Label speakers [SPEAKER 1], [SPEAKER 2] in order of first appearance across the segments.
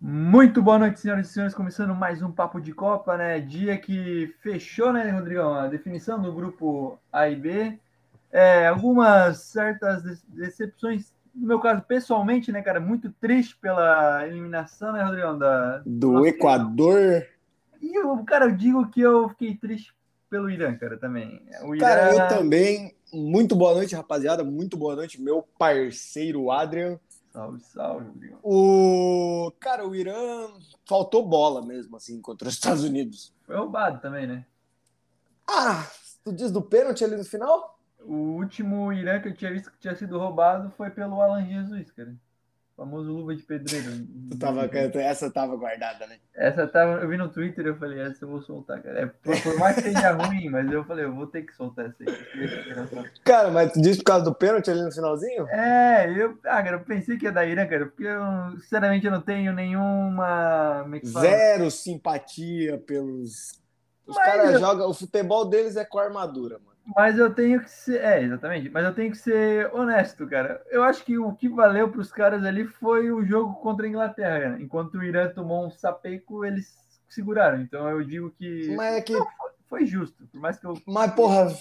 [SPEAKER 1] Muito boa noite, senhoras e senhores. Começando mais um Papo de Copa, né? Dia que fechou, né, Rodrigão? A definição do grupo A e B. É, algumas certas decepções, no meu caso, pessoalmente, né, cara? Muito triste pela eliminação, né, Rodrigão? Da,
[SPEAKER 2] do Nossa, Equador.
[SPEAKER 1] E, eu, cara, eu digo que eu fiquei triste pelo Irã, cara, também.
[SPEAKER 2] Irã... Cara, eu também. Muito boa noite, rapaziada. Muito boa noite, meu parceiro Adrian.
[SPEAKER 1] Salve, salve, Rodrigo.
[SPEAKER 2] O cara, o Irã faltou bola mesmo, assim, contra os Estados Unidos.
[SPEAKER 1] Foi roubado também, né?
[SPEAKER 2] Ah, tu diz do pênalti ali no final?
[SPEAKER 1] O último Irã que eu tinha visto que tinha sido roubado foi pelo Alan Jesus, cara. O famoso luva de pedreiro.
[SPEAKER 2] Tu tava, essa tava guardada, né?
[SPEAKER 1] Essa tava. Eu vi no Twitter eu falei, essa eu vou soltar, cara. É, por, por mais que seja ruim, mas eu falei, eu vou ter que soltar essa aí.
[SPEAKER 2] Cara, mas tu disse por causa do pênalti ali no finalzinho?
[SPEAKER 1] É, eu. Ah, cara, eu pensei que ia dar Irã, cara, porque eu, sinceramente, eu não tenho nenhuma. é
[SPEAKER 2] Zero simpatia pelos. Os caras eu... jogam. O futebol deles é com armadura, mano.
[SPEAKER 1] Mas eu tenho que ser. É, exatamente. Mas eu tenho que ser honesto, cara. Eu acho que o que valeu para os caras ali foi o jogo contra a Inglaterra. Cara. Enquanto o Irã tomou um sapeco, eles seguraram. Então eu digo que.
[SPEAKER 2] Mas é que.
[SPEAKER 1] Não, foi justo. Por mais que eu.
[SPEAKER 2] Mas, porra,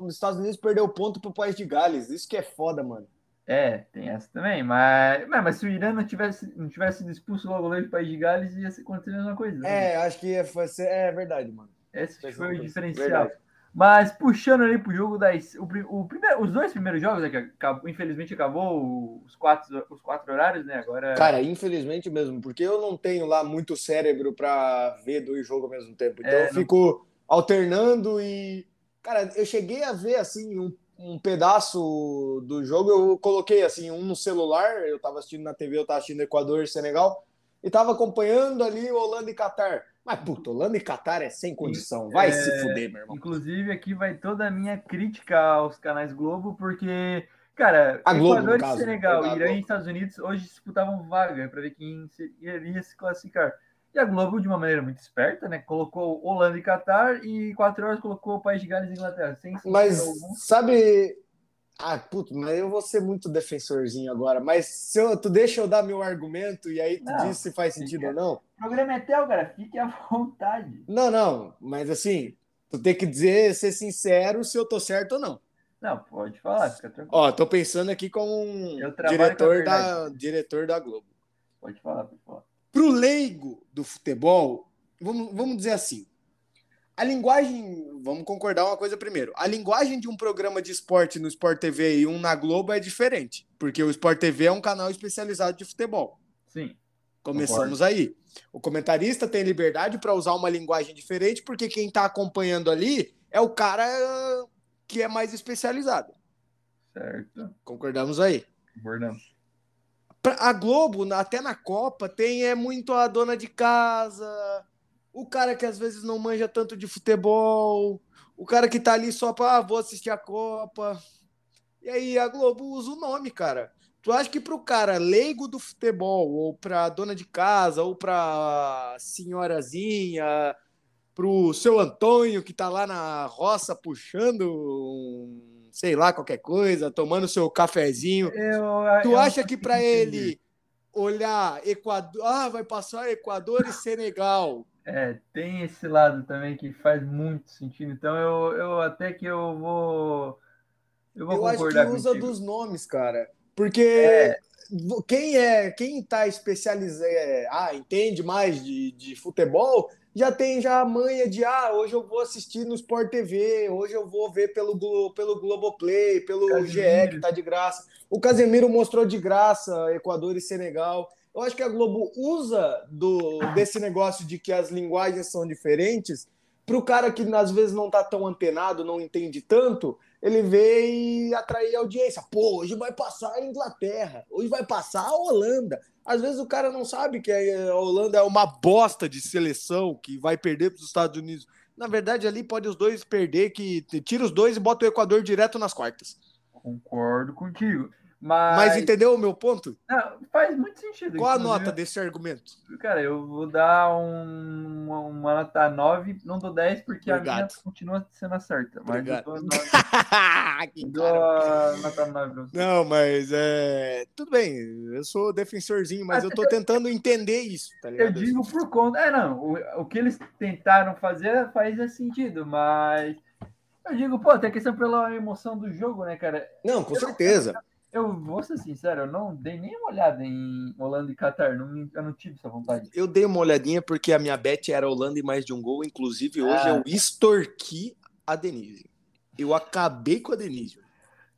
[SPEAKER 2] os Estados Unidos perdeu ponto pro país de Gales. Isso que é foda, mano.
[SPEAKER 1] É, tem essa também, mas, mas, mas se o Irã não tivesse, não tivesse sido expulso logo logo do país de Gales, ia acontecer a mesma coisa.
[SPEAKER 2] É, né? acho que é, foi, é verdade, mano.
[SPEAKER 1] Esse foi, foi o diferencial. Verdade. Mas puxando ali pro jogo das. O, o primeiro, os dois primeiros jogos, né, que acabou, infelizmente acabou os quatro, os quatro horários, né? Agora.
[SPEAKER 2] Cara, infelizmente mesmo, porque eu não tenho lá muito cérebro para ver dois jogos ao mesmo tempo. Então é, eu não... fico alternando e. Cara, eu cheguei a ver assim um, um pedaço do jogo, eu coloquei assim, um no celular, eu tava assistindo na TV, eu tava assistindo Equador e Senegal, e tava acompanhando ali Holanda e Catar. Mas, puta, Holanda e Qatar é sem condição. Vai é, se fuder, meu irmão.
[SPEAKER 1] Inclusive, aqui vai toda a minha crítica aos canais Globo, porque, cara,
[SPEAKER 2] a Globo, né? Equador
[SPEAKER 1] caso, Senegal, Irã e Estados Unidos hoje disputavam vaga para ver quem iria se classificar. E a Globo, de uma maneira muito esperta, né, colocou Holanda e Qatar e quatro horas colocou o País de Gales e Inglaterra. Sem
[SPEAKER 2] mas, sabe... Ah, puto, mas eu vou ser muito defensorzinho agora, mas se eu, tu deixa eu dar meu argumento e aí tu não, diz se faz sentido fica... ou não.
[SPEAKER 1] O programa é teu, cara, fique à vontade.
[SPEAKER 2] Não, não, mas assim, tu tem que dizer, ser sincero se eu tô certo ou não.
[SPEAKER 1] Não, pode falar, fica tranquilo.
[SPEAKER 2] Ó, tô pensando aqui como um diretor, com da, diretor da Globo.
[SPEAKER 1] Pode falar, pode falar.
[SPEAKER 2] Pro leigo do futebol, vamos, vamos dizer assim, a linguagem, vamos concordar uma coisa primeiro. A linguagem de um programa de esporte no Sport TV e um na Globo é diferente, porque o Sport TV é um canal especializado de futebol.
[SPEAKER 1] Sim.
[SPEAKER 2] Começamos concordo. aí. O comentarista tem liberdade para usar uma linguagem diferente, porque quem está acompanhando ali é o cara que é mais especializado.
[SPEAKER 1] Certo.
[SPEAKER 2] Concordamos aí.
[SPEAKER 1] Concordamos
[SPEAKER 2] a Globo, até na Copa, tem é muito a dona de casa, o cara que às vezes não manja tanto de futebol, o cara que tá ali só para ah, vou assistir a Copa. E aí a Globo usa o nome, cara. Tu acha que pro cara leigo do futebol, ou pra dona de casa, ou pra senhorazinha, pro seu Antônio que tá lá na roça puxando um, sei lá, qualquer coisa, tomando seu cafezinho.
[SPEAKER 1] Eu,
[SPEAKER 2] tu
[SPEAKER 1] eu
[SPEAKER 2] acha que para ele olhar Equador, ah, vai passar Equador e Senegal,
[SPEAKER 1] é, tem esse lado também que faz muito sentido. Então eu, eu até que eu vou.
[SPEAKER 2] Eu vou eu concordar acho que usa contigo. dos nomes, cara. Porque é. quem é, quem tá especializado, é, ah, entende mais de, de futebol, já tem já a manha de ah, hoje eu vou assistir no Sport TV, hoje eu vou ver pelo, Glo pelo Globoplay, pelo Casemiro. GE que tá de graça. O Casemiro mostrou de graça Equador e Senegal. Eu acho que a Globo usa do, desse negócio de que as linguagens são diferentes para o cara que às vezes não está tão antenado, não entende tanto, ele vê e atrair audiência. Pô, hoje vai passar a Inglaterra, hoje vai passar a Holanda. Às vezes o cara não sabe que a Holanda é uma bosta de seleção que vai perder para os Estados Unidos. Na verdade, ali pode os dois perder, que tira os dois e bota o Equador direto nas quartas.
[SPEAKER 1] Concordo contigo. Mas,
[SPEAKER 2] Mas entendeu o meu ponto?
[SPEAKER 1] Não, faz muito sentido.
[SPEAKER 2] Qual a
[SPEAKER 1] Inclusive,
[SPEAKER 2] nota desse argumento?
[SPEAKER 1] Cara, eu vou dar um, uma, uma nota 9, não dou 10 porque a minha
[SPEAKER 2] Obrigado.
[SPEAKER 1] continua sendo a certa. Mas
[SPEAKER 2] Obrigado.
[SPEAKER 1] eu dou, nove-
[SPEAKER 2] Que
[SPEAKER 1] dou
[SPEAKER 2] cara.
[SPEAKER 1] a nota 9 pra você.
[SPEAKER 2] Não, mas é. Tudo bem, eu sou defensorzinho, mas eu tô tentando entender isso, tá
[SPEAKER 1] Eu
[SPEAKER 2] ligado?
[SPEAKER 1] digo por conta. É, não. O, o que eles tentaram fazer faz sentido, mas. Eu digo, pô, tem questão pela emoção do jogo, né, cara?
[SPEAKER 2] Não, com certeza.
[SPEAKER 1] Eu vou ser sincero, eu não dei nem uma olhada em Holanda e Qatar. Não, me- eu não tive essa vontade.
[SPEAKER 2] Eu dei uma olhadinha porque a minha bet era Holanda e mais de um gol. Inclusive, hoje
[SPEAKER 1] Ah.
[SPEAKER 2] eu extorqui a Denise. Eu acabei com a Denise.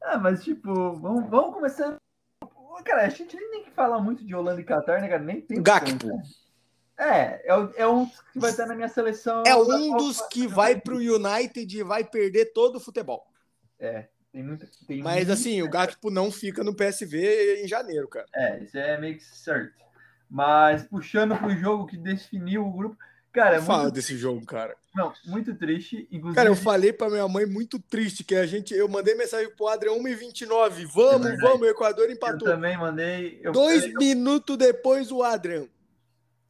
[SPEAKER 1] Ah, mas tipo, vamos, vamos começar. Pô, Cara, a gente nem tem que falar muito de Holanda e Qatar, né, cara? Nem tem.
[SPEAKER 2] Gakpo.
[SPEAKER 1] É, é, o- é um que vai estar na minha seleção.
[SPEAKER 2] É
[SPEAKER 1] da
[SPEAKER 2] um
[SPEAKER 1] Copa.
[SPEAKER 2] dos que vai pro United e vai perder todo o futebol.
[SPEAKER 1] É, tem muita. Tem
[SPEAKER 2] Mas
[SPEAKER 1] muita-
[SPEAKER 2] assim, o Gakpo não fica no PSV em janeiro, cara.
[SPEAKER 1] É, isso é meio que certo. Mas puxando pro jogo que definiu o grupo. Cara, é
[SPEAKER 2] Fala
[SPEAKER 1] muito,
[SPEAKER 2] desse jogo, cara.
[SPEAKER 1] não, muito triste. Inclusive,
[SPEAKER 2] Cara, eu falei pra minha mãe muito triste que a gente. Eu mandei mensagem pro Adrian 1h29. Vamos,
[SPEAKER 1] É verdade.
[SPEAKER 2] vamos, o Equador
[SPEAKER 1] eu
[SPEAKER 2] empatou.
[SPEAKER 1] também mandei. Eu
[SPEAKER 2] Dois
[SPEAKER 1] falei,
[SPEAKER 2] minutos depois o Adrian.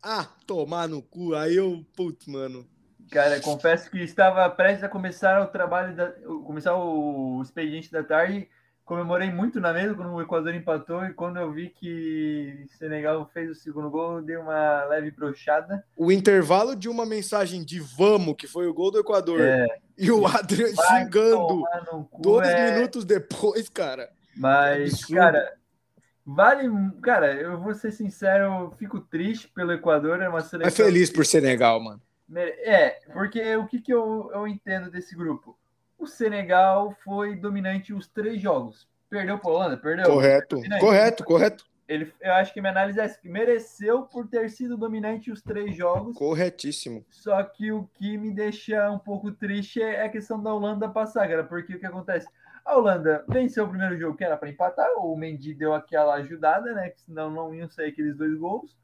[SPEAKER 2] Ah, tomar no cu. Aí eu, putz, mano.
[SPEAKER 1] cara, confesso que estava prestes a começar o trabalho, da, o- começar o expediente da tarde. Comemorei muito na mesa quando o Equador empatou e quando eu vi que Senegal fez o segundo gol, eu dei uma leve brochada.
[SPEAKER 2] O intervalo de uma mensagem de vamos, que foi o gol do Equador,
[SPEAKER 1] É,
[SPEAKER 2] e o Adrian
[SPEAKER 1] vai
[SPEAKER 2] xingando.
[SPEAKER 1] tomar no cu,
[SPEAKER 2] Dois
[SPEAKER 1] é-
[SPEAKER 2] minutos depois, cara.
[SPEAKER 1] Mas,
[SPEAKER 2] Absurdo.
[SPEAKER 1] cara, vale. Cara, eu vou ser sincero, eu fico triste pelo Equador, é uma
[SPEAKER 2] Mas
[SPEAKER 1] seleção.
[SPEAKER 2] feliz por Senegal, mano.
[SPEAKER 1] mere- É, porque o que, que eu, eu entendo desse grupo? O Senegal foi dominante os três jogos. Perdeu pra Holanda, perdeu.
[SPEAKER 2] Correto,
[SPEAKER 1] Dominante.
[SPEAKER 2] correto, correto.
[SPEAKER 1] Ele, eu acho que minha análise é essa, que mereceu por ter sido dominante os três jogos.
[SPEAKER 2] Corretíssimo.
[SPEAKER 1] Só que o que me deixa um pouco triste é a questão da Holanda passar, cara, porque o que acontece? A Holanda venceu o primeiro jogo que era para empatar, o Mendy deu aquela ajudada, né? Que senão não iam sair aqueles dois gols.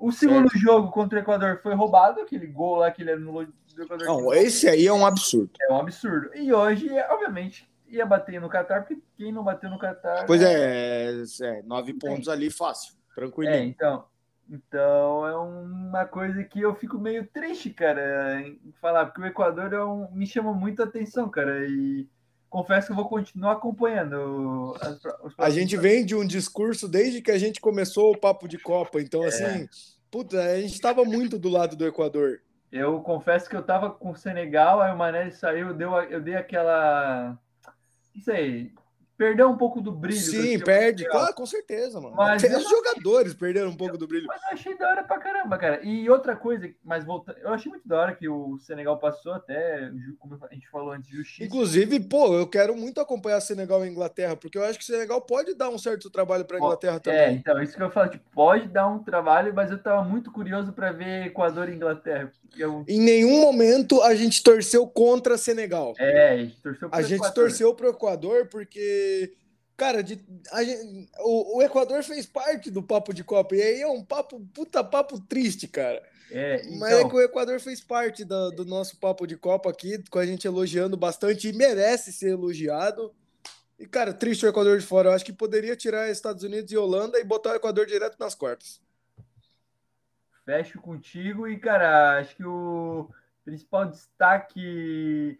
[SPEAKER 1] O segundo jogo contra o Equador foi roubado, aquele gol lá que ele anulou do Equador.
[SPEAKER 2] Não, esse aí é um absurdo.
[SPEAKER 1] É um absurdo. E hoje, obviamente, ia bater no Catar, porque quem não bateu no Catar.
[SPEAKER 2] Pois é, é, nove pontos ali, fácil. Tranquilinho.
[SPEAKER 1] É, então. Então é uma coisa que eu fico meio triste, cara, em falar, porque o Equador é um- me chama muita atenção, cara, e confesso que eu vou continuar acompanhando. as pro- os
[SPEAKER 2] A
[SPEAKER 1] próximos-
[SPEAKER 2] gente vem de um discurso desde que a gente começou o papo de Copa, então
[SPEAKER 1] É.
[SPEAKER 2] assim, puta, a gente estava muito do lado do Equador.
[SPEAKER 1] Eu confesso que eu tava com o Senegal, aí o Mané saiu, deu, a- eu dei aquela. Não sei, perdeu um pouco do brilho. que eu
[SPEAKER 2] Sim,
[SPEAKER 1] tinha
[SPEAKER 2] perde,
[SPEAKER 1] com o Senegal.
[SPEAKER 2] claro, com certeza, mano.
[SPEAKER 1] Mas é
[SPEAKER 2] Até
[SPEAKER 1] eu-
[SPEAKER 2] os jogadores perderam um pouco do brilho.
[SPEAKER 1] Mas eu achei da hora pra caramba, cara. E outra coisa, mas voltando, eu achei muito da hora que o Senegal passou até, ju- como a gente falou antes, justiça.
[SPEAKER 2] Inclusive, pô, eu quero muito acompanhar Senegal e Inglaterra, porque eu acho que Senegal pode dar um certo trabalho
[SPEAKER 1] Ó,
[SPEAKER 2] para Inglaterra
[SPEAKER 1] É,
[SPEAKER 2] também.
[SPEAKER 1] então, isso que eu falo, tipo, pode dar um trabalho, mas eu tava muito curioso para ver Equador e Inglaterra. porque Eu,
[SPEAKER 2] Em nenhum momento a gente torceu contra Senegal.
[SPEAKER 1] é, a gente torceu pro
[SPEAKER 2] A gente
[SPEAKER 1] Equador.
[SPEAKER 2] torceu pro Equador porque, cara, de, a gen- o, o Equador fez parte do papo de Copa. E aí é um papo, puta papo triste, cara.
[SPEAKER 1] É, então,
[SPEAKER 2] Mas é que o Equador fez parte da- do nosso papo de Copa aqui, com a gente elogiando bastante e merece ser elogiado. E, cara, triste o Equador de fora. Eu acho que poderia tirar Estados Unidos e Holanda e botar o Equador direto nas quartas.
[SPEAKER 1] fecho contigo e, cara, acho que o principal destaque.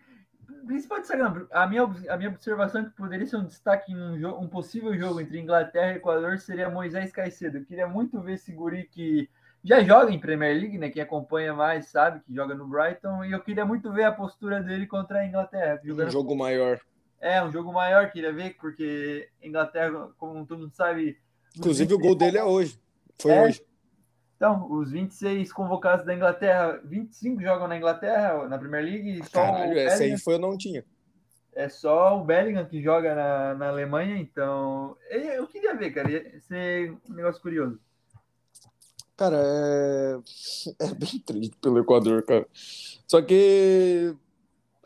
[SPEAKER 1] Principal destaque, não, a minha, a minha observação é que poderia ser um destaque em um, jogo, um possível jogo entre Inglaterra e Equador seria Moisés Caicedo. Eu queria muito ver esse guri que já joga em Premier League, né? Quem acompanha mais sabe que joga no Brighton. E eu queria muito ver a postura dele contra a Inglaterra.
[SPEAKER 2] Um
[SPEAKER 1] jogando
[SPEAKER 2] jogo maior.
[SPEAKER 1] É, um jogo maior, queria ver, porque a Inglaterra, como todo mundo sabe. os
[SPEAKER 2] Inclusive, o gol
[SPEAKER 1] 26
[SPEAKER 2] dele é hoje. Foi
[SPEAKER 1] É?
[SPEAKER 2] hoje.
[SPEAKER 1] Então, os 26 convocados da Inglaterra, 25 jogam na Inglaterra, na Premier League, e só, o,
[SPEAKER 2] Caralho, essa aí
[SPEAKER 1] Bellingham,
[SPEAKER 2] foi eu não tinha.
[SPEAKER 1] é só o Bellingham que joga na, na Alemanha, então. e Eu queria ver, cara, ia ser um negócio curioso.
[SPEAKER 2] Cara, é... é bem triste pelo Equador, cara. Só que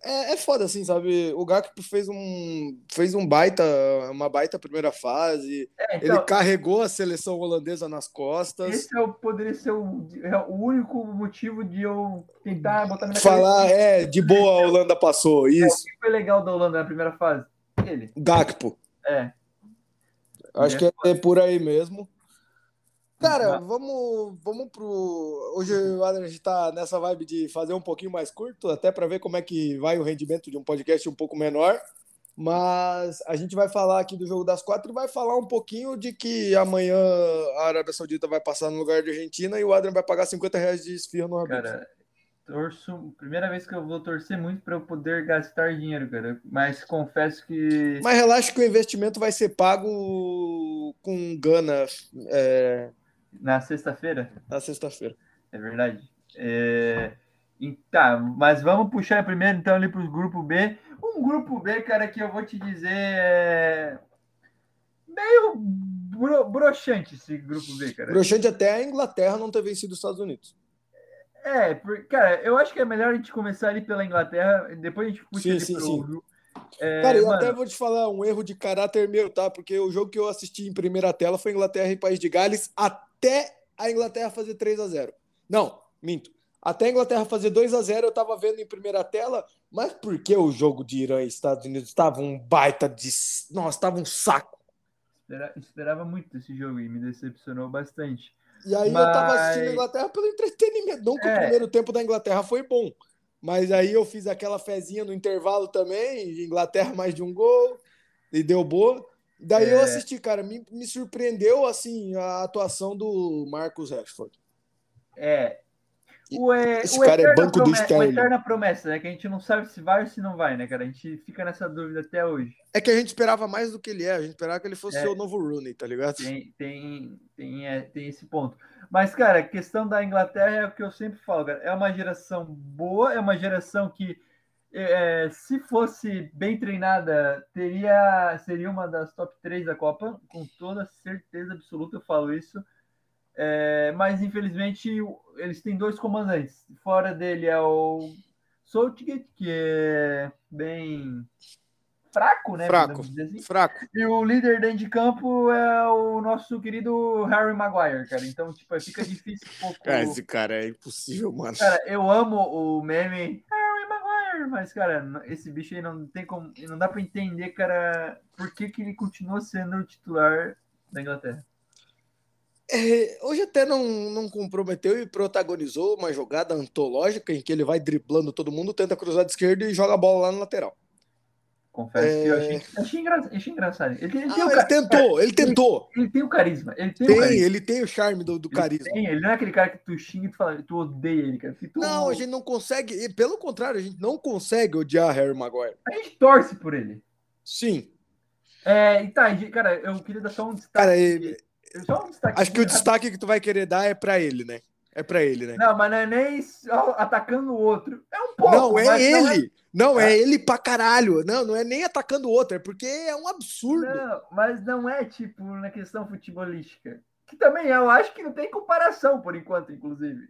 [SPEAKER 2] é, é foda, assim, sabe? O Gakpo fez um fez um baita, uma baita primeira fase.
[SPEAKER 1] É,
[SPEAKER 2] Ele
[SPEAKER 1] então,
[SPEAKER 2] carregou a seleção holandesa nas costas.
[SPEAKER 1] esse é o- poderia ser o, é o único motivo de eu tentar botar na minha
[SPEAKER 2] Falar, é, de boa a Holanda passou, isso.
[SPEAKER 1] cabeça o que foi legal da Holanda na primeira fase. Ele,
[SPEAKER 2] Gakpo.
[SPEAKER 1] é.
[SPEAKER 2] Acho que é por aí mesmo. Cara, vamos, vamos pro. Hoje a gente tá nessa vibe de fazer um pouquinho mais curto, até para ver como é que vai o rendimento de um podcast um pouco menor. Mas a gente vai falar aqui do jogo das quatro e vai falar um pouquinho de que amanhã a Arábia Saudita vai passar no lugar da Argentina e o Adrian vai pagar 50 reais de esfirro no Rabinho.
[SPEAKER 1] Cara, torço. Primeira vez que eu vou torcer muito para eu poder gastar dinheiro, cara. Mas confesso que.
[SPEAKER 2] Mas relaxa que o investimento vai ser pago com Gana. É...
[SPEAKER 1] Na sexta-feira?
[SPEAKER 2] Na sexta-feira.
[SPEAKER 1] É verdade. É... E, tá, mas vamos puxar primeiro então ali para o grupo B. Um grupo B, cara, que eu vou te dizer é... meio bro broxante esse grupo B, cara.
[SPEAKER 2] Broxante até a Inglaterra não ter vencido os Estados Unidos.
[SPEAKER 1] É, porque, cara, eu acho que é melhor a gente começar ali pela Inglaterra, depois a gente puxa
[SPEAKER 2] sim,
[SPEAKER 1] ali
[SPEAKER 2] sim,
[SPEAKER 1] pro...
[SPEAKER 2] sim.
[SPEAKER 1] É,
[SPEAKER 2] Cara, eu
[SPEAKER 1] mano,
[SPEAKER 2] até vou te falar um erro de caráter meu, tá? Porque o jogo que eu assisti em primeira tela foi Inglaterra e País de Gales até a Inglaterra fazer 3 a 0 Não, minto. Até a Inglaterra fazer 2 a 0 eu tava vendo em primeira tela, mas porque o jogo de Irã e Estados Unidos tava um baita de. Nossa, tava um saco.
[SPEAKER 1] espera- esperava muito esse jogo e me decepcionou bastante.
[SPEAKER 2] E aí eu tava assistindo a
[SPEAKER 1] Mas-
[SPEAKER 2] Inglaterra pelo entretenimento. Não que
[SPEAKER 1] É.
[SPEAKER 2] o primeiro tempo da Inglaterra foi bom. Mas aí eu fiz aquela fezinha no intervalo também, Inglaterra mais de um gol, e deu boa. Daí eu
[SPEAKER 1] É.
[SPEAKER 2] assisti, cara, me, me surpreendeu assim a atuação do Marcus Rashford.
[SPEAKER 1] É. O, é,
[SPEAKER 2] Esse
[SPEAKER 1] o
[SPEAKER 2] cara é
[SPEAKER 1] eterno
[SPEAKER 2] banco do
[SPEAKER 1] prome- o
[SPEAKER 2] Sterling.
[SPEAKER 1] eterna promessa, né? Que a gente não sabe se vai ou se não vai, né, cara? A gente fica nessa dúvida até hoje.
[SPEAKER 2] É que a gente esperava mais do que ele é, a gente esperava que ele fosse
[SPEAKER 1] É.
[SPEAKER 2] ser o novo Rooney, tá ligado?
[SPEAKER 1] Tem, tem, tem, é, tem esse ponto. Mas, cara, a questão da Inglaterra é o que eu sempre falo, cara. É uma geração boa, é uma geração que, é, se fosse bem treinada, teria, seria uma das top 3 da Copa, com toda certeza absoluta eu falo isso. É, mas, infelizmente, o- eles têm dois comandantes. Fora dele é o Southgate, que é bem fraco, né?
[SPEAKER 2] Fraco.
[SPEAKER 1] podemos dizer assim.
[SPEAKER 2] Fraco.
[SPEAKER 1] E o líder dentro de campo é o nosso querido Harry Maguire, cara. Então, tipo, fica difícil um pouco.
[SPEAKER 2] Cara, esse cara é impossível, mano.
[SPEAKER 1] Cara, eu amo o meme Harry Maguire, mas, cara, n- esse bicho aí não tem como. Não dá pra entender, cara, por que, que ele continua sendo o titular da Inglaterra.
[SPEAKER 2] É, hoje até não, não comprometeu e protagonizou uma jogada antológica em que ele vai driblando todo mundo, tenta cruzar de esquerda e joga a bola lá no lateral.
[SPEAKER 1] Confesso que eu
[SPEAKER 2] É.
[SPEAKER 1] achei, achei, engra- achei engraçado. Ele, tem- ele
[SPEAKER 2] Ah,
[SPEAKER 1] tem o
[SPEAKER 2] ele
[SPEAKER 1] ca-
[SPEAKER 2] tentou, ele tentou.
[SPEAKER 1] ele tem o carisma. Ele tem, o
[SPEAKER 2] Tem,
[SPEAKER 1] carisma.
[SPEAKER 2] ele tem o charme do, do
[SPEAKER 1] é. Ele
[SPEAKER 2] carisma.
[SPEAKER 1] tem, ele não é aquele cara que tu xinga e tu fala, tu odeia ele, cara. que tu-
[SPEAKER 2] Não, a gente não consegue, e pelo contrário, a gente não consegue odiar Harry Maguire.
[SPEAKER 1] a gente torce por ele.
[SPEAKER 2] Sim.
[SPEAKER 1] É, e tá, e, cara, eu queria dar só um destaque.
[SPEAKER 2] Cara, ele-
[SPEAKER 1] eu- Só um destaque.
[SPEAKER 2] acho que o destaque que tu vai querer dar é pra ele, né? É pra ele, né?
[SPEAKER 1] Não, mas não é nem só atacando o outro. É um pouco.
[SPEAKER 2] Não, é
[SPEAKER 1] mas
[SPEAKER 2] ele. Não, é
[SPEAKER 1] Ah.
[SPEAKER 2] ele pra caralho. Não, não é nem atacando o outro, é porque é um
[SPEAKER 1] Não, é,
[SPEAKER 2] absurdo.
[SPEAKER 1] não, mas não é tipo na questão futebolística. Que também eu acho que não tem comparação por enquanto, inclusive.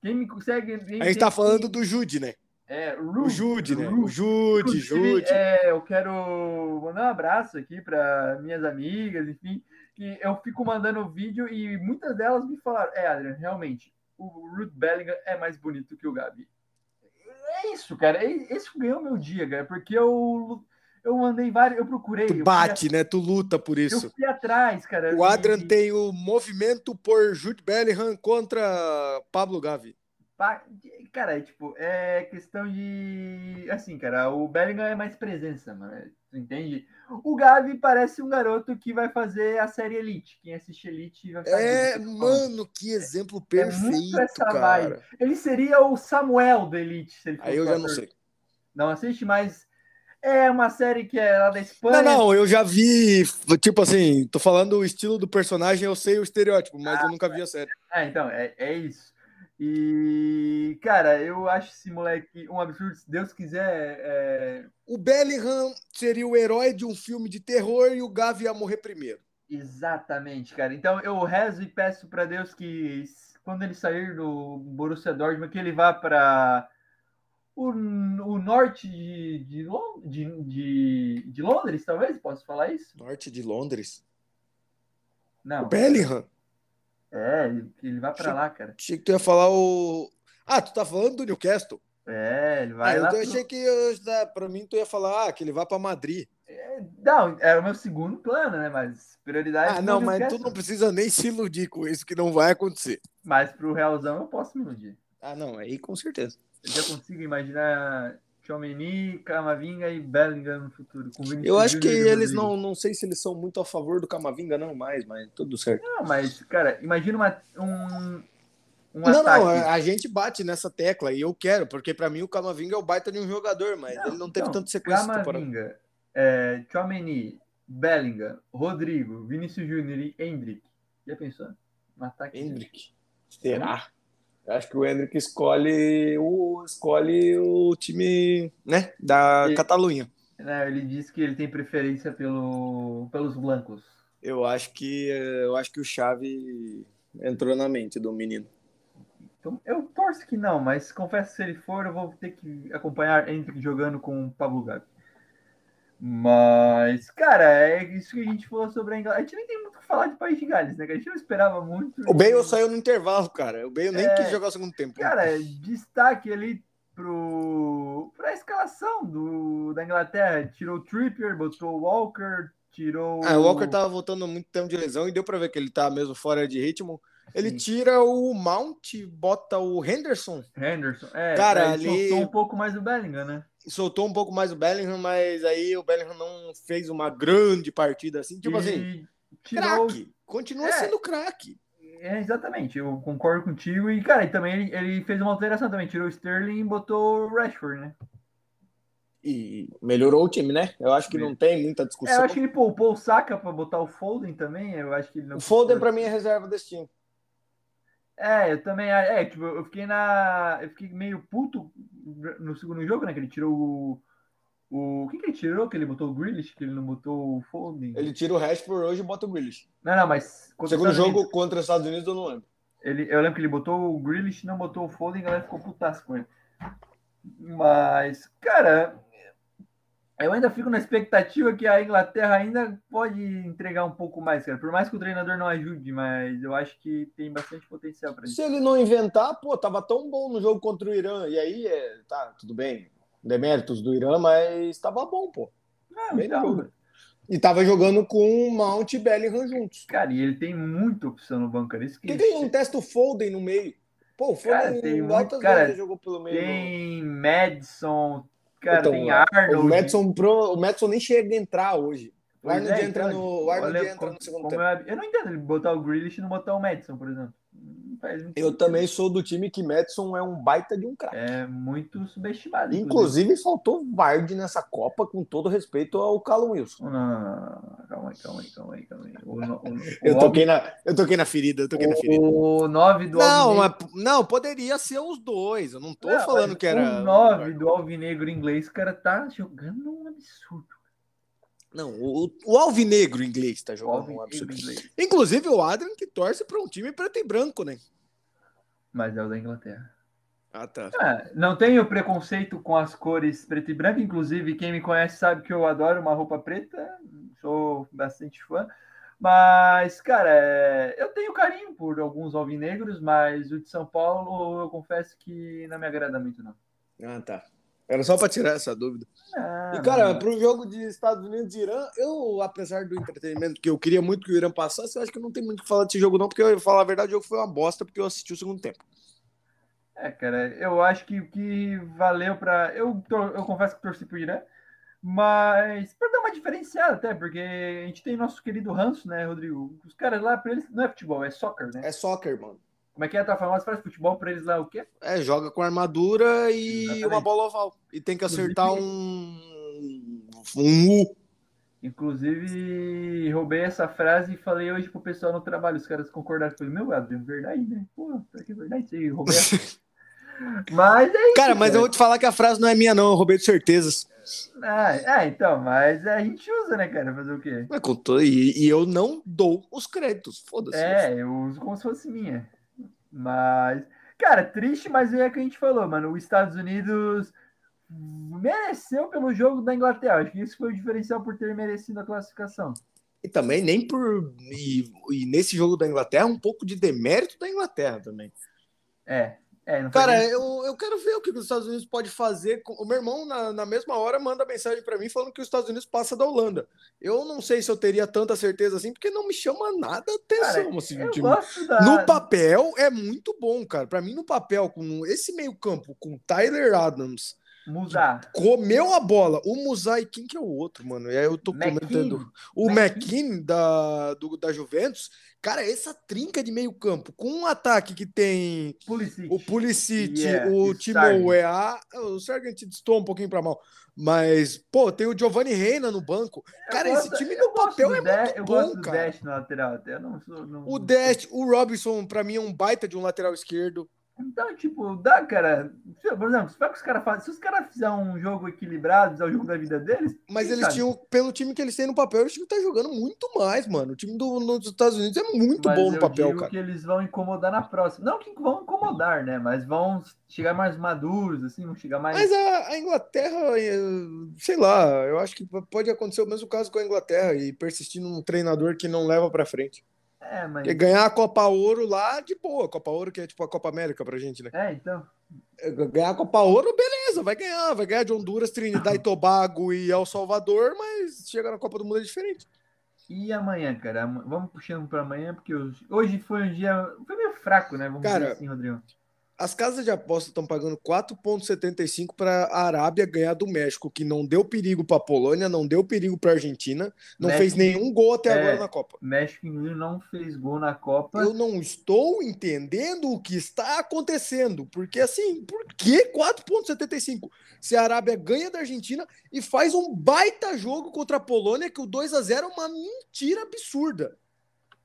[SPEAKER 1] Quem me consegue.
[SPEAKER 2] A gente tá falando do Jude, né?
[SPEAKER 1] É,
[SPEAKER 2] O
[SPEAKER 1] Ru,
[SPEAKER 2] Jude, né?
[SPEAKER 1] Ru.
[SPEAKER 2] O Jude,
[SPEAKER 1] Inclusive,
[SPEAKER 2] Jude.
[SPEAKER 1] é, eu quero mandar um abraço aqui para minhas amigas, enfim, que eu fico mandando vídeo e muitas delas me falaram: é, Adrian, realmente, o Ruth Bellingham é mais bonito que o Gabi. É isso, cara. É isso que ganhou meu dia, cara, porque eu, eu mandei vários, eu procurei.
[SPEAKER 2] Tu
[SPEAKER 1] eu
[SPEAKER 2] bate, né? Tu luta por
[SPEAKER 1] fui, a-
[SPEAKER 2] isso.
[SPEAKER 1] Eu fui atrás, cara.
[SPEAKER 2] O Adrian
[SPEAKER 1] e-
[SPEAKER 2] tem o movimento por Jude Bellingham contra Pablo Gavi.
[SPEAKER 1] pa- Cara, é, tipo, é questão de. Assim, cara, o Bellingham é mais presença, mano. Tu entende? O Gavi parece um garoto que vai fazer a série Elite. Quem assiste Elite vai saber do que
[SPEAKER 2] É,
[SPEAKER 1] eu tô falando.
[SPEAKER 2] mano, que exemplo perfeito,
[SPEAKER 1] essa
[SPEAKER 2] cara.
[SPEAKER 1] Ele seria o Samuel da Elite. Se ele fosse
[SPEAKER 2] Aí eu
[SPEAKER 1] um
[SPEAKER 2] já não
[SPEAKER 1] ator.
[SPEAKER 2] sei.
[SPEAKER 1] Não assiste, mas é uma série que é lá da
[SPEAKER 2] Não,
[SPEAKER 1] Espanha.
[SPEAKER 2] não, eu já vi, tipo assim, tô falando o estilo do personagem, eu sei o estereótipo, mas eu nunca vi a série.
[SPEAKER 1] É, então, é, é isso. E, cara, eu acho esse moleque um absurdo. Se Deus quiser, é,
[SPEAKER 2] O Bellingham seria o herói de um filme de terror e o Gavi ia morrer primeiro.
[SPEAKER 1] Exatamente, cara. Então eu rezo e peço pra Deus que s- quando ele sair do Borussia Dortmund, que ele vá pra o, n- o norte de, de, Lon- de, de, de Londres, talvez? Posso falar isso?
[SPEAKER 2] Norte de Londres. O
[SPEAKER 1] Não.
[SPEAKER 2] Bellingham?
[SPEAKER 1] É, que ele vai pra lá, cara.
[SPEAKER 2] Achei que tu ia falar o. Ah, tu tá falando do Newcastle?
[SPEAKER 1] É, ele
[SPEAKER 2] Ah,
[SPEAKER 1] vai
[SPEAKER 2] eu
[SPEAKER 1] lá.
[SPEAKER 2] achei que eu, pra mim tu ia falar ah, que ele vai pra Madrid.
[SPEAKER 1] pro- É, não, era o meu segundo plano, né? Mas prioridade.
[SPEAKER 2] Ah, não, mas tu não precisa nem se iludir com isso, que não vai acontecer.
[SPEAKER 1] Mas pro Realzão eu posso me iludir.
[SPEAKER 2] Ah, não, aí com certeza.
[SPEAKER 1] Eu já consigo imaginar Chomeny, Camavinga e Bellingham no futuro.
[SPEAKER 2] eu acho que eles não, não sei se eles são muito a favor do Camavinga, não mais, mas tudo certo.
[SPEAKER 1] Não, mas, cara, imagina uma, um. um
[SPEAKER 2] não, é, ataque. não, a gente bate nessa tecla e eu quero, porque para mim o Camavinga é o baita de um jogador, mas não, ele não teve então, tanto sequência
[SPEAKER 1] Camavinga, é, Chomeny, Bellingham, Rodrigo, Vinícius Júnior e Hendrick. Já pensou? Um ataque.
[SPEAKER 2] Hendrick. Será? acho que o Hendrick escolhe o, escolhe o time né, da ele, Catalunha.
[SPEAKER 1] Né, ele disse que ele tem preferência pelo, pelos blancos.
[SPEAKER 2] Eu acho que eu acho que o Chave entrou na mente do menino.
[SPEAKER 1] Então, eu torço que não, mas confesso que se ele for, eu vou ter que acompanhar Hendrick jogando com o Pablo Gabi. Mas, cara, é isso que a gente falou sobre a Inglaterra. A gente nem tem muito o que falar de País de Gales, né? A gente não esperava muito.
[SPEAKER 2] O Bale saiu no intervalo, cara. O Bale nem é... quis jogar o segundo tempo.
[SPEAKER 1] Cara, é destaque ali pro... pra escalação do... da Inglaterra. Tirou o Trippier, botou o Walker, tirou.
[SPEAKER 2] Ah, o Walker tava voltando muito tempo de lesão e deu pra ver que ele tá mesmo fora de ritmo. Ele Sim. tira o Mount e bota o Henderson.
[SPEAKER 1] Henderson, é. Cara, ele ali... soltou um pouco mais o Bellingham, né?
[SPEAKER 2] Soltou um pouco mais o Bellingham, mas aí o Bellingham não fez uma grande partida assim. Tipo e assim, tirou... craque. Continua é. sendo craque.
[SPEAKER 1] É, exatamente, eu concordo contigo. E, cara, e também ele, ele, fez uma alteração também. Tirou o Sterling e botou o Rashford, né?
[SPEAKER 2] E melhorou o time, né? Eu acho que não tem muita discussão. É,
[SPEAKER 1] eu acho que ele poupou o Saka para botar o Foden também. Eu acho que
[SPEAKER 2] O Foden, para mim, é reserva desse time.
[SPEAKER 1] É, eu também. É, tipo, eu fiquei na. Eu fiquei meio puto no segundo jogo, né? Que ele tirou o. o quem que ele tirou? Que ele botou o Grealish, que ele não botou o Foden.
[SPEAKER 2] Ele tira o Rashford hoje e bota o Grealish.
[SPEAKER 1] Não, não, mas.
[SPEAKER 2] Segundo jogo Unidos, contra os Estados Unidos, eu não lembro.
[SPEAKER 1] Ele, eu lembro que ele botou o Grealish não botou o Foden, a galera ficou putaço com ele. Mas, cara. Eu ainda fico na expectativa que a Inglaterra ainda pode entregar um pouco mais, cara. Por mais que o treinador não ajude, mas eu acho que tem bastante potencial para isso.
[SPEAKER 2] Se ele não inventar, pô, tava tão bom no jogo contra o Irã. E aí, é, tá, tudo bem. Deméritos do Irã, mas tava bom, pô.
[SPEAKER 1] É, bem tá, bom.
[SPEAKER 2] E tava jogando com o Mount e Bellingham juntos.
[SPEAKER 1] Cara, e ele tem muita opção no banco, cara. Isso que
[SPEAKER 2] Por que ele não testa o Foden no meio? Pô, o Foden
[SPEAKER 1] cara, tem muito, cara, jogou pelo meio. Tem no... Madison, Cara, então, tem
[SPEAKER 2] Arnold. O Madison, pro, o Madison nem chega a entrar hoje. O Arnold é, entra, então, no, o Arnold olha, entra como, no segundo tempo.
[SPEAKER 1] é Eu, eu, não entendo ele botar o Grealish e não botar o Madison, por exemplo.
[SPEAKER 2] Eu também sou do time que Madison é um baita de um craque.
[SPEAKER 1] É muito subestimado.
[SPEAKER 2] É, Inclusive, inclusive faltou Vardy nessa Copa, com todo respeito ao Callum Wilson.
[SPEAKER 1] Não, não, não, Calma aí, calma aí, calma aí, calma aí. O, o, o,
[SPEAKER 2] eu, toquei na, eu toquei na ferida, eu toquei na ferida.
[SPEAKER 1] O 9 do
[SPEAKER 2] não, Alvinegro. Mas, não, poderia ser os dois. Eu não tô não, um falando que era.
[SPEAKER 1] O 9 do Alvinegro inglês, cara, tá jogando um absurdo.
[SPEAKER 2] Não, o, o Alvinegro inglês tá jogando um absurdo. Inglês. Inclusive o Adrian que torce para um time preto e branco, né?
[SPEAKER 1] Mas é o da Inglaterra.
[SPEAKER 2] Ah, tá.
[SPEAKER 1] É, não tenho preconceito com as cores preto e branco. Inclusive, quem me conhece sabe que eu adoro uma roupa preta. Sou bastante fã. Mas, cara, é... eu tenho carinho por alguns alvinegros, mas o de São Paulo, eu confesso que não me agrada muito, não.
[SPEAKER 2] Ah, tá. Era só para tirar essa dúvida. Ah, e, cara, para o jogo de Estados Unidos e Irã, eu, apesar do entretenimento que eu queria muito que o Irã passasse, eu acho que não tem muito o que falar desse jogo, não, porque eu falar a verdade, o jogo foi uma bosta, porque eu assisti o segundo tempo.
[SPEAKER 1] É, cara, eu acho que o que valeu para. Eu, eu confesso que torci pro Irã, mas para dar uma diferenciada até, porque a gente tem nosso querido ranço, né, Rodrigo? Os caras lá, para eles, não é futebol, é soccer, né?
[SPEAKER 2] É soccer, mano.
[SPEAKER 1] Como é que é a tua famosa frase? Futebol para eles lá o quê?
[SPEAKER 2] É, joga com armadura e Exatamente. uma bola oval. E tem que acertar um. Um U.
[SPEAKER 1] Inclusive, roubei essa frase e falei hoje pro pessoal no trabalho. Os caras concordaram. Falei, meu, é verdade, né? Pô, tá que é verdade. Sim, roubei a... Mas é isso.
[SPEAKER 2] Cara, mas cara. eu vou te falar que a frase não é minha, não. Eu roubei de certezas.
[SPEAKER 1] Ah, é, então, mas a gente usa, né, cara? Fazer o quê?
[SPEAKER 2] Mas contou, e, e eu não dou os créditos. Foda-se.
[SPEAKER 1] É, eu uso como se fosse minha. Mas, cara, triste, mas é o que a gente falou, mano. Os Estados Unidos mereceu pelo jogo da Inglaterra. Acho que isso foi o diferencial por ter merecido a classificação.
[SPEAKER 2] E também nem por. E, e nesse jogo da Inglaterra, um pouco de demérito da Inglaterra também.
[SPEAKER 1] É, É,
[SPEAKER 2] Cara, eu, eu quero ver o que os Estados Unidos pode fazer. Com... O meu irmão, na, na mesma hora, manda mensagem para mim falando que os Estados Unidos passa da Holanda. Eu não sei se eu teria tanta certeza assim, porque não me chama nada atenção. Cara, assim,
[SPEAKER 1] tipo,
[SPEAKER 2] da... No papel é muito bom, cara. Para mim, no papel, com esse meio-campo, com Tyler Adams.
[SPEAKER 1] Musá.
[SPEAKER 2] Comeu a bola. O Musá e quem que é o outro, mano? E aí eu tô McKinney. comentando. O McKinney da, do, da Juventus. Cara, essa trinca de meio campo, com um ataque que tem
[SPEAKER 1] Pulisic.
[SPEAKER 2] o Pulisic,
[SPEAKER 1] é,
[SPEAKER 2] yeah, o Timo Ea, o Sargent estou um pouquinho pra mal, mas, pô, tem o Giovanni Reina no banco. Cara,
[SPEAKER 1] gosto,
[SPEAKER 2] esse time no papel é
[SPEAKER 1] Dash,
[SPEAKER 2] muito
[SPEAKER 1] eu
[SPEAKER 2] bom,
[SPEAKER 1] gosto do
[SPEAKER 2] cara.
[SPEAKER 1] Dash na lateral, eu não, sou- não-
[SPEAKER 2] O Dash, o Robinson, pra mim, é um baita de um lateral esquerdo.
[SPEAKER 1] Então, tipo, dá, cara. se- Por exemplo, se os caras fazem, se os caras fizerem um jogo equilibrado, fizer o jogo da vida deles.
[SPEAKER 2] Mas
[SPEAKER 1] quem
[SPEAKER 2] eles
[SPEAKER 1] sabe?
[SPEAKER 2] tinham, pelo time que eles têm no papel, eles tinham que estar jogando muito mais, mano. O time do- dos Estados Unidos é muito
[SPEAKER 1] Mas
[SPEAKER 2] bom
[SPEAKER 1] eu
[SPEAKER 2] no papel,
[SPEAKER 1] digo
[SPEAKER 2] cara.
[SPEAKER 1] que eles vão incomodar na próxima. Não que vão incomodar, né? Mas vão chegar mais maduros, assim, vão chegar mais.
[SPEAKER 2] Mas a, a Inglaterra, eh, sei lá, eu acho que p- pode acontecer o mesmo caso com a Inglaterra e persistir num treinador que não leva pra frente.
[SPEAKER 1] É, mas.
[SPEAKER 2] Porque ganhar a Copa Ouro lá, de boa. Copa Ouro que é tipo a Copa América pra gente, né?
[SPEAKER 1] É, então.
[SPEAKER 2] Eh, Ganhar a Copa Ouro, beleza, vai ganhar. Vai ganhar de Honduras, Trinidad e Tobago e El Salvador, mas chega na Copa do Mundo é diferente.
[SPEAKER 1] E amanhã, cara? Am- Vamos puxando para amanhã, porque hoje- hoje foi um dia. Foi meio fraco, né? Vamos
[SPEAKER 2] Cara,
[SPEAKER 1] dizer assim, Rodrigo.
[SPEAKER 2] As casas de aposta estão pagando 4,75 para a Arábia ganhar do México, que não deu perigo para a Polônia, não deu perigo para a Argentina, não
[SPEAKER 1] México-
[SPEAKER 2] fez nenhum gol até
[SPEAKER 1] É.
[SPEAKER 2] agora na Copa.
[SPEAKER 1] México, inclusive, não fez gol na Copa.
[SPEAKER 2] Eu não estou entendendo o que está acontecendo, porque assim, por que 4,75? Se a Arábia ganha da Argentina e faz um baita jogo contra a Polônia, que o 2 a 0 é uma mentira absurda.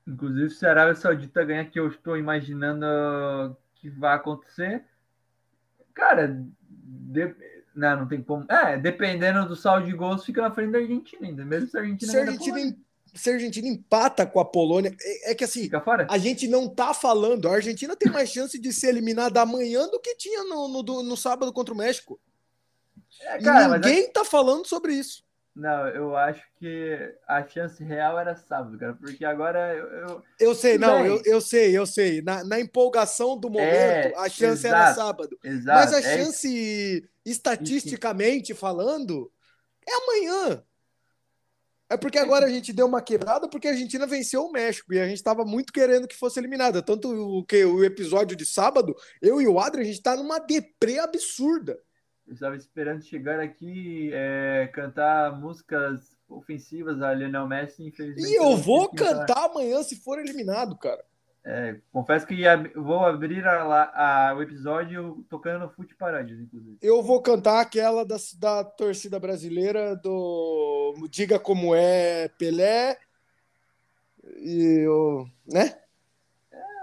[SPEAKER 1] Inclusive, se a Arábia Saudita ganhar, que eu estou imaginando uh, que vai acontecer, cara, de- não, não tem como. É, dependendo do saldo de gols, fica na frente da Argentina ainda. Mesmo se a Argentina
[SPEAKER 2] Se a
[SPEAKER 1] ganhar é da
[SPEAKER 2] Argentina,
[SPEAKER 1] Polônia,
[SPEAKER 2] em- se a Argentina empata com a Polônia, é- é que assim,
[SPEAKER 1] fica fora.
[SPEAKER 2] A gente não tá falando. A Argentina tem mais chance de ser eliminada amanhã do que tinha no, no, do- no sábado contra o México.
[SPEAKER 1] É,
[SPEAKER 2] E
[SPEAKER 1] cara, mas
[SPEAKER 2] ninguém tá falando sobre isso.
[SPEAKER 1] a- não, eu acho que a chance real era sábado, cara, porque agora eu, eu-
[SPEAKER 2] Eu sei,
[SPEAKER 1] Tudo
[SPEAKER 2] não,
[SPEAKER 1] bem.
[SPEAKER 2] eu, eu sei, eu sei. Na, na empolgação do momento,
[SPEAKER 1] É,
[SPEAKER 2] a chance era
[SPEAKER 1] exato,
[SPEAKER 2] sábado.
[SPEAKER 1] exato.
[SPEAKER 2] Mas
[SPEAKER 1] é
[SPEAKER 2] a
[SPEAKER 1] isso.
[SPEAKER 2] chance, estatisticamente falando, é amanhã. É porque agora a gente deu uma quebrada porque a Argentina venceu o México e a gente estava muito querendo que fosse eliminada. Tanto o que o episódio de sábado, eu e o Adri, a gente tá numa deprê absurda.
[SPEAKER 1] Eu estava esperando chegar aqui é, cantar músicas ofensivas a Lionel Messi, infelizmente.
[SPEAKER 2] E eu
[SPEAKER 1] não
[SPEAKER 2] vou
[SPEAKER 1] consegui cantar.
[SPEAKER 2] cantar amanhã se for eliminado, cara.
[SPEAKER 1] É, confesso que ab- vou abrir a la- a- o episódio tocando Fute Parandes, inclusive.
[SPEAKER 2] Eu vou cantar aquela da, da torcida brasileira do Diga Como É Pelé. E o. Né?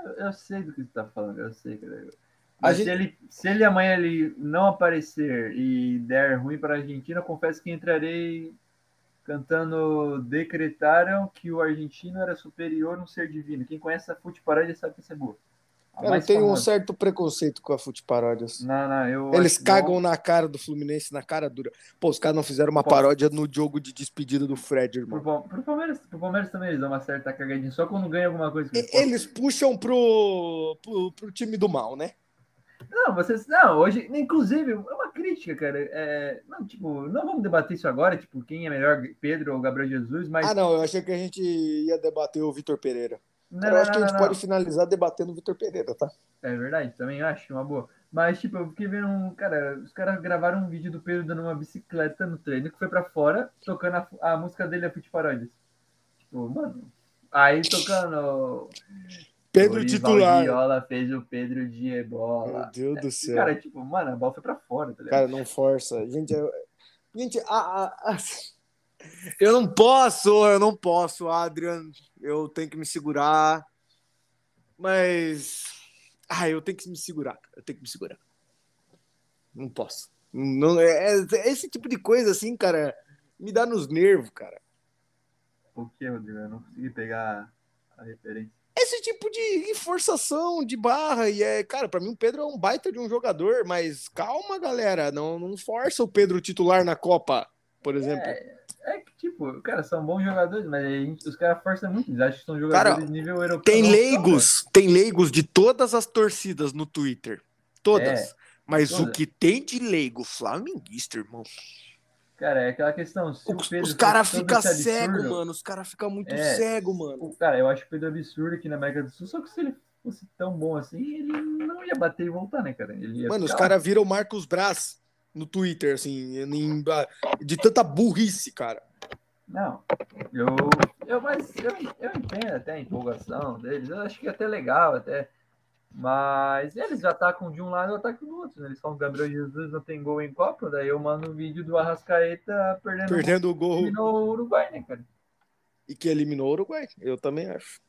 [SPEAKER 1] Eu, eu sei do que você está falando, eu sei, cara.
[SPEAKER 2] A
[SPEAKER 1] Mas
[SPEAKER 2] gente-
[SPEAKER 1] se, ele, se ele amanhã ele não aparecer e der ruim para a Argentina, eu confesso que entrarei cantando Decretaram que o argentino era superior no ser divino. Quem conhece a Fute Parandes sabe que isso é boa. A
[SPEAKER 2] Cara, eu
[SPEAKER 1] mais
[SPEAKER 2] tenho um
[SPEAKER 1] famosa.
[SPEAKER 2] certo preconceito com a Fute Paródias.
[SPEAKER 1] Não, não, eu
[SPEAKER 2] Eles
[SPEAKER 1] acho
[SPEAKER 2] cagam na cara do Fluminense, na cara dura. Pô, os caras não fizeram uma
[SPEAKER 1] Posso-
[SPEAKER 2] paródia no jogo de despedida do Fred,
[SPEAKER 1] Bom. Pro,
[SPEAKER 2] irmão.
[SPEAKER 1] Pal- pro Palmeiras, pro Palmeiras também eles dão uma certa cagadinha, só quando ganha alguma coisa. que
[SPEAKER 2] E-
[SPEAKER 1] eles postam.
[SPEAKER 2] Eles puxam pro, pro, pro time do mal, né?
[SPEAKER 1] Não, vocês. Não, hoje. Inclusive, é uma crítica, cara. É, não, tipo, não vamos debater isso agora, tipo, quem é melhor, Pedro ou Gabriel Jesus, mas.
[SPEAKER 2] Ah, não, eu achei que a gente ia debater o Vitor Pereira.
[SPEAKER 1] não,
[SPEAKER 2] Cara,
[SPEAKER 1] não,
[SPEAKER 2] eu acho que a
[SPEAKER 1] não,
[SPEAKER 2] gente
[SPEAKER 1] não,
[SPEAKER 2] pode finalizar debatendo o Vitor Pereira, tá?
[SPEAKER 1] não. É verdade, também acho uma boa. Mas, tipo, eu fiquei vendo um. Cara, os caras gravaram um vídeo do Pedro dando uma bicicleta no treino que foi pra fora, tocando a, fu- a música dele, a Fute Paródias. Tipo, mano. Aí tocando.
[SPEAKER 2] Pedro
[SPEAKER 1] Dorival
[SPEAKER 2] titular.
[SPEAKER 1] Viola fez o Pedro de ebola.
[SPEAKER 2] Meu Deus do
[SPEAKER 1] E,
[SPEAKER 2] céu. Cara,
[SPEAKER 1] cara, tipo, mano, a bola foi pra fora, tá ligado?
[SPEAKER 2] não força. Gente, eu... gente a, a- a- eu não posso, eu não posso, Adrian. Eu tenho que me segurar. Mas. Ah, eu tenho que me segurar. Eu tenho que me segurar. Não posso. Não, é- é- esse tipo de coisa, assim, cara, me dá nos nervos, cara.
[SPEAKER 1] Por que, Rodrigo? Eu não consegui pegar a referência.
[SPEAKER 2] esse tipo de forçação de barra e é, cara, pra mim o Pedro é um baita de um jogador, mas calma, galera, não, não força o Pedro titular na Copa, por exemplo.
[SPEAKER 1] É que, tipo, cara, são bons jogadores, mas a gente- os caras forçam muito. Eles acham que são
[SPEAKER 2] Cara,
[SPEAKER 1] jogadores de nível europeu.
[SPEAKER 2] Tem
[SPEAKER 1] Não são,
[SPEAKER 2] leigos, tem leigos de todas as torcidas no Twitter. Todas. É, Mas todas. o que tem de leigo flamenguista, irmão.
[SPEAKER 1] Cara, é aquela questão.
[SPEAKER 2] Se os os caras ficam cegos, mano. Os caras ficam muito tá é, cegos, mano.
[SPEAKER 1] Cara, eu acho o Pedro absurdo aqui na América do Sul, só que se ele fosse tão bom assim, ele não ia bater e voltar, né, cara?
[SPEAKER 2] mano, os caras viram Marcos Braz no Twitter, assim, em, de tanta burrice, cara.
[SPEAKER 1] Não, eu, eu, mas eu, eu entendo até a empolgação deles, eu acho que é até legal, até. Mas eles atacam de um lado e atacam do outro. Né? Eles falam que Gabriel Jesus não tem gol em Copa, daí eu mando um vídeo do Arrascaeta perdendo,
[SPEAKER 2] perdendo o gol.
[SPEAKER 1] Eliminou o Uruguai, né, cara?
[SPEAKER 2] E que eliminou o Uruguai, eu também acho.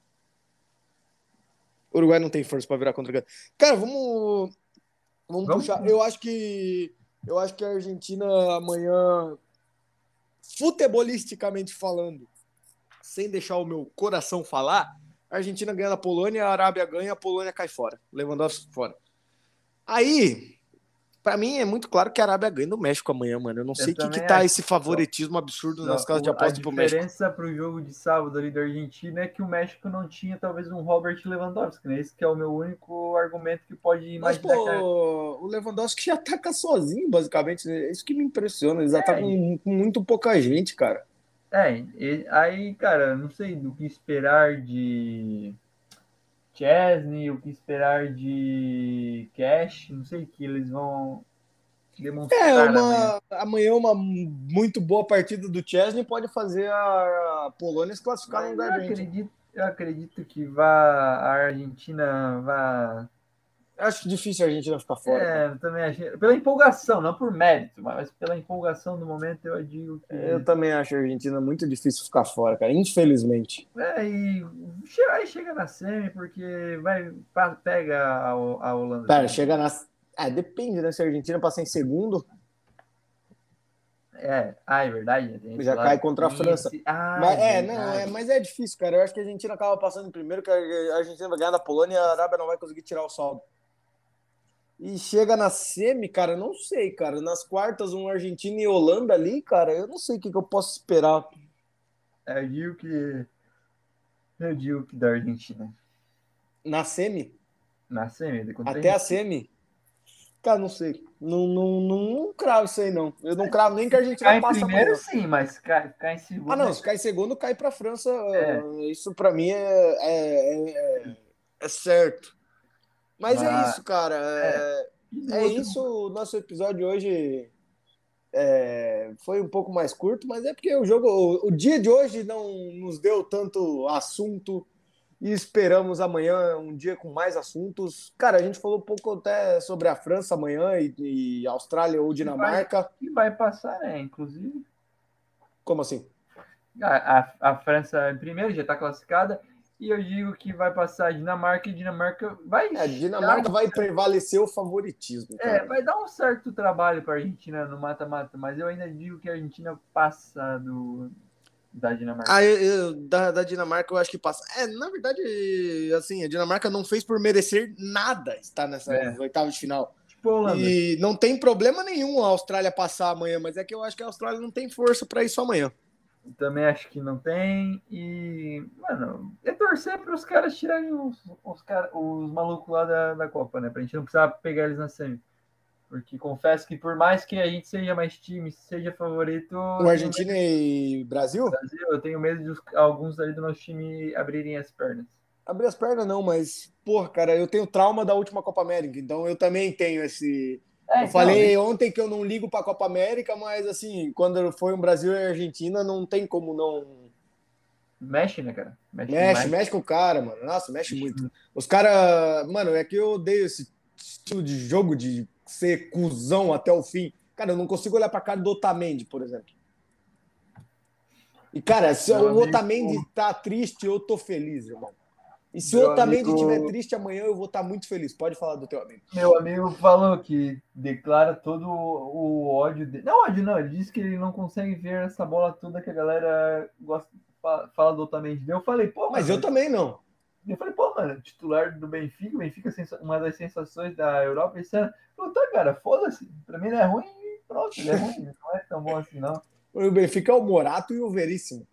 [SPEAKER 2] O Uruguai não tem força para virar contra o Cara, vamos, vamos, vamos puxar. Eu acho que eu acho que a Argentina amanhã, futebolisticamente falando, sem deixar o meu coração falar, a Argentina ganha da Polônia, a Arábia ganha, a Polônia cai fora. Lewandowski fora. Aí, para mim é muito claro que a Arábia ganha do México amanhã, mano. Eu não sei o que, que tá acho. esse favoritismo absurdo não, nas casas de aposta pro México.
[SPEAKER 1] A diferença pro jogo de sábado ali da Argentina é que o México não tinha talvez um Robert Lewandowski, né? Esse que é o meu único argumento que pode imaginar.
[SPEAKER 2] Mas, pô,
[SPEAKER 1] que... é.
[SPEAKER 2] o Lewandowski ataca sozinho, basicamente. Né? Isso que me impressiona. Eles é, atacam com muito pouca gente, cara.
[SPEAKER 1] É, aí, cara, não sei do que esperar de... Chesney, o que esperar de Cash, não sei o que eles vão demonstrar.
[SPEAKER 2] É, uma, amanhã. amanhã uma muito boa partida do Chesney pode fazer a Polônia se classificar Mas no lugar
[SPEAKER 1] eu acredito, eu acredito que vá, a Argentina vá
[SPEAKER 2] acho difícil a Argentina ficar fora.
[SPEAKER 1] É, né? também acho. Pela empolgação, não por mérito, mas pela empolgação do momento, eu digo que.
[SPEAKER 2] Eu também acho a Argentina muito difícil ficar fora, cara, infelizmente.
[SPEAKER 1] É, e aí chega na semi, porque vai, pega a, a Holanda.
[SPEAKER 2] Cara, chega na. É, depende, né? Se a Argentina passar em segundo.
[SPEAKER 1] É, ah, é verdade.
[SPEAKER 2] Já cai contra a França. Esse... Ah, mas, é, é não, é, mas é difícil, cara. Eu acho que a Argentina acaba passando em primeiro, que a Argentina vai ganhar da Polônia e a Arábia não vai conseguir tirar o saldo. E chega na semi, cara, não sei, cara. Nas quartas, um Argentina e Holanda ali, cara, eu não sei o que, que eu posso esperar.
[SPEAKER 1] É, eu digo que. Eu digo que da Argentina.
[SPEAKER 2] Na semi?
[SPEAKER 1] Na semi,
[SPEAKER 2] Até a, a semi? Cara, não sei. Não, não, não, não cravo isso aí, não. Eu não cravo nem que a Argentina
[SPEAKER 1] cai passa primeiro, amanhã. sim, mas cai, cai em segundo.
[SPEAKER 2] Ah, não, se cai em segundo, cai pra França. É. Isso pra mim é, é, é, é certo. Mas ah, é isso, cara. É, é, é isso. O nosso episódio de hoje é, foi um pouco mais curto, mas é porque o jogo, o, o, dia de hoje não nos deu tanto assunto e esperamos amanhã um dia com mais assuntos. Cara, a gente falou um pouco até sobre a França amanhã e, e Austrália ou Dinamarca.
[SPEAKER 1] E vai, vai, passar, né? Inclusive.
[SPEAKER 2] Como assim?
[SPEAKER 1] A, a, a França em primeiro já está classificada e eu digo que vai passar a Dinamarca e Dinamarca vai.
[SPEAKER 2] É, Dinamarca um... vai prevalecer o favoritismo.
[SPEAKER 1] Cara. É, vai dar um certo trabalho para a Argentina no mata-mata, mas eu ainda digo que a Argentina passa do da Dinamarca.
[SPEAKER 2] Ah, eu, eu, da, da Dinamarca eu acho que passa. É, na verdade, assim, a Dinamarca não fez por merecer nada estar nessa é. oitava de final. Tipo, e não tem problema nenhum a Austrália passar amanhã, mas é que eu acho que a Austrália não tem força para isso amanhã.
[SPEAKER 1] Também acho que não tem. E, mano, é torcer para os caras tirarem os, os, cara, os malucos lá da, da Copa, né? Para a gente não precisar pegar eles na semi. Porque confesso que por mais que a gente seja mais time, seja favorito.
[SPEAKER 2] O Argentina e Brasil?
[SPEAKER 1] Brasil, eu tenho medo de os, alguns ali do nosso time abrirem as pernas.
[SPEAKER 2] Abrir as pernas não, mas, porra, cara, eu tenho trauma da última Copa América, então eu também tenho esse. É, eu então, falei ontem que eu não ligo para a Copa América, mas assim, quando foi um Brasil e Argentina, não tem como não.
[SPEAKER 1] Mexe, né, cara?
[SPEAKER 2] Mexe, mexe, mais. mexe com o cara, mano. Nossa, mexe, mexe muito. muito. Os caras. Mano, é que eu odeio esse estilo de jogo de ser cuzão até o fim. Cara, eu não consigo olhar para cara do Otamendi, por exemplo. E, cara, se Meu o amigo... Otamendi tá triste, eu tô feliz, irmão. E se meu o Otamendi estiver amigo... triste amanhã, eu vou estar muito feliz. Pode falar do teu amigo.
[SPEAKER 1] Meu amigo falou que declara todo o ódio dele. Não, ódio não. Ele disse que ele não consegue ver essa bola toda que a galera gosta, fala do Otamendi. Eu falei, pô,
[SPEAKER 2] mas, mas eu também não.
[SPEAKER 1] Eu falei, pô, mano, titular do Benfica, Benfica é uma das sensações da Europa esse ano. Falou, tá, cara, foda-se. Pra mim não é ruim pronto, ele é ruim, não é tão bom assim, não.
[SPEAKER 2] O Benfica é o Morato e o Veríssimo.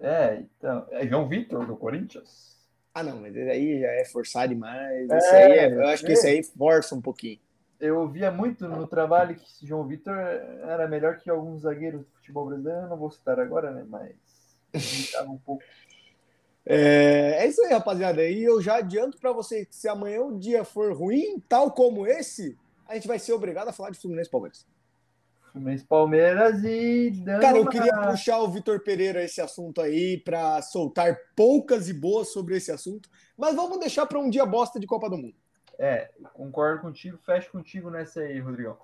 [SPEAKER 1] É, então. É João Vitor, do Corinthians.
[SPEAKER 2] Ah, não, mas aí já é forçar demais. Esse é, aí é, eu acho que esse aí força um pouquinho.
[SPEAKER 1] Eu ouvia muito no trabalho que João Vitor era melhor que alguns zagueiros do futebol brasileiro. Eu não vou citar agora, né? Mas um pouco.
[SPEAKER 2] É, é, isso aí, rapaziada. E eu já adianto para vocês que se amanhã o dia for ruim, tal como esse, a gente vai ser obrigado a falar de Fluminense Palmeiras.
[SPEAKER 1] Fluminense Palmeiras e.
[SPEAKER 2] Cara, eu queria uma... puxar o Vitor Pereira esse assunto aí para soltar poucas e boas sobre esse assunto, mas vamos deixar para um dia bosta de Copa do Mundo.
[SPEAKER 1] É, concordo contigo, fecho contigo nessa aí, Rodrigão.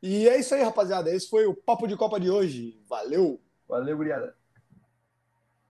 [SPEAKER 2] E é isso aí, rapaziada. Esse foi o Papo de Copa de hoje. Valeu!
[SPEAKER 1] Valeu, obrigado.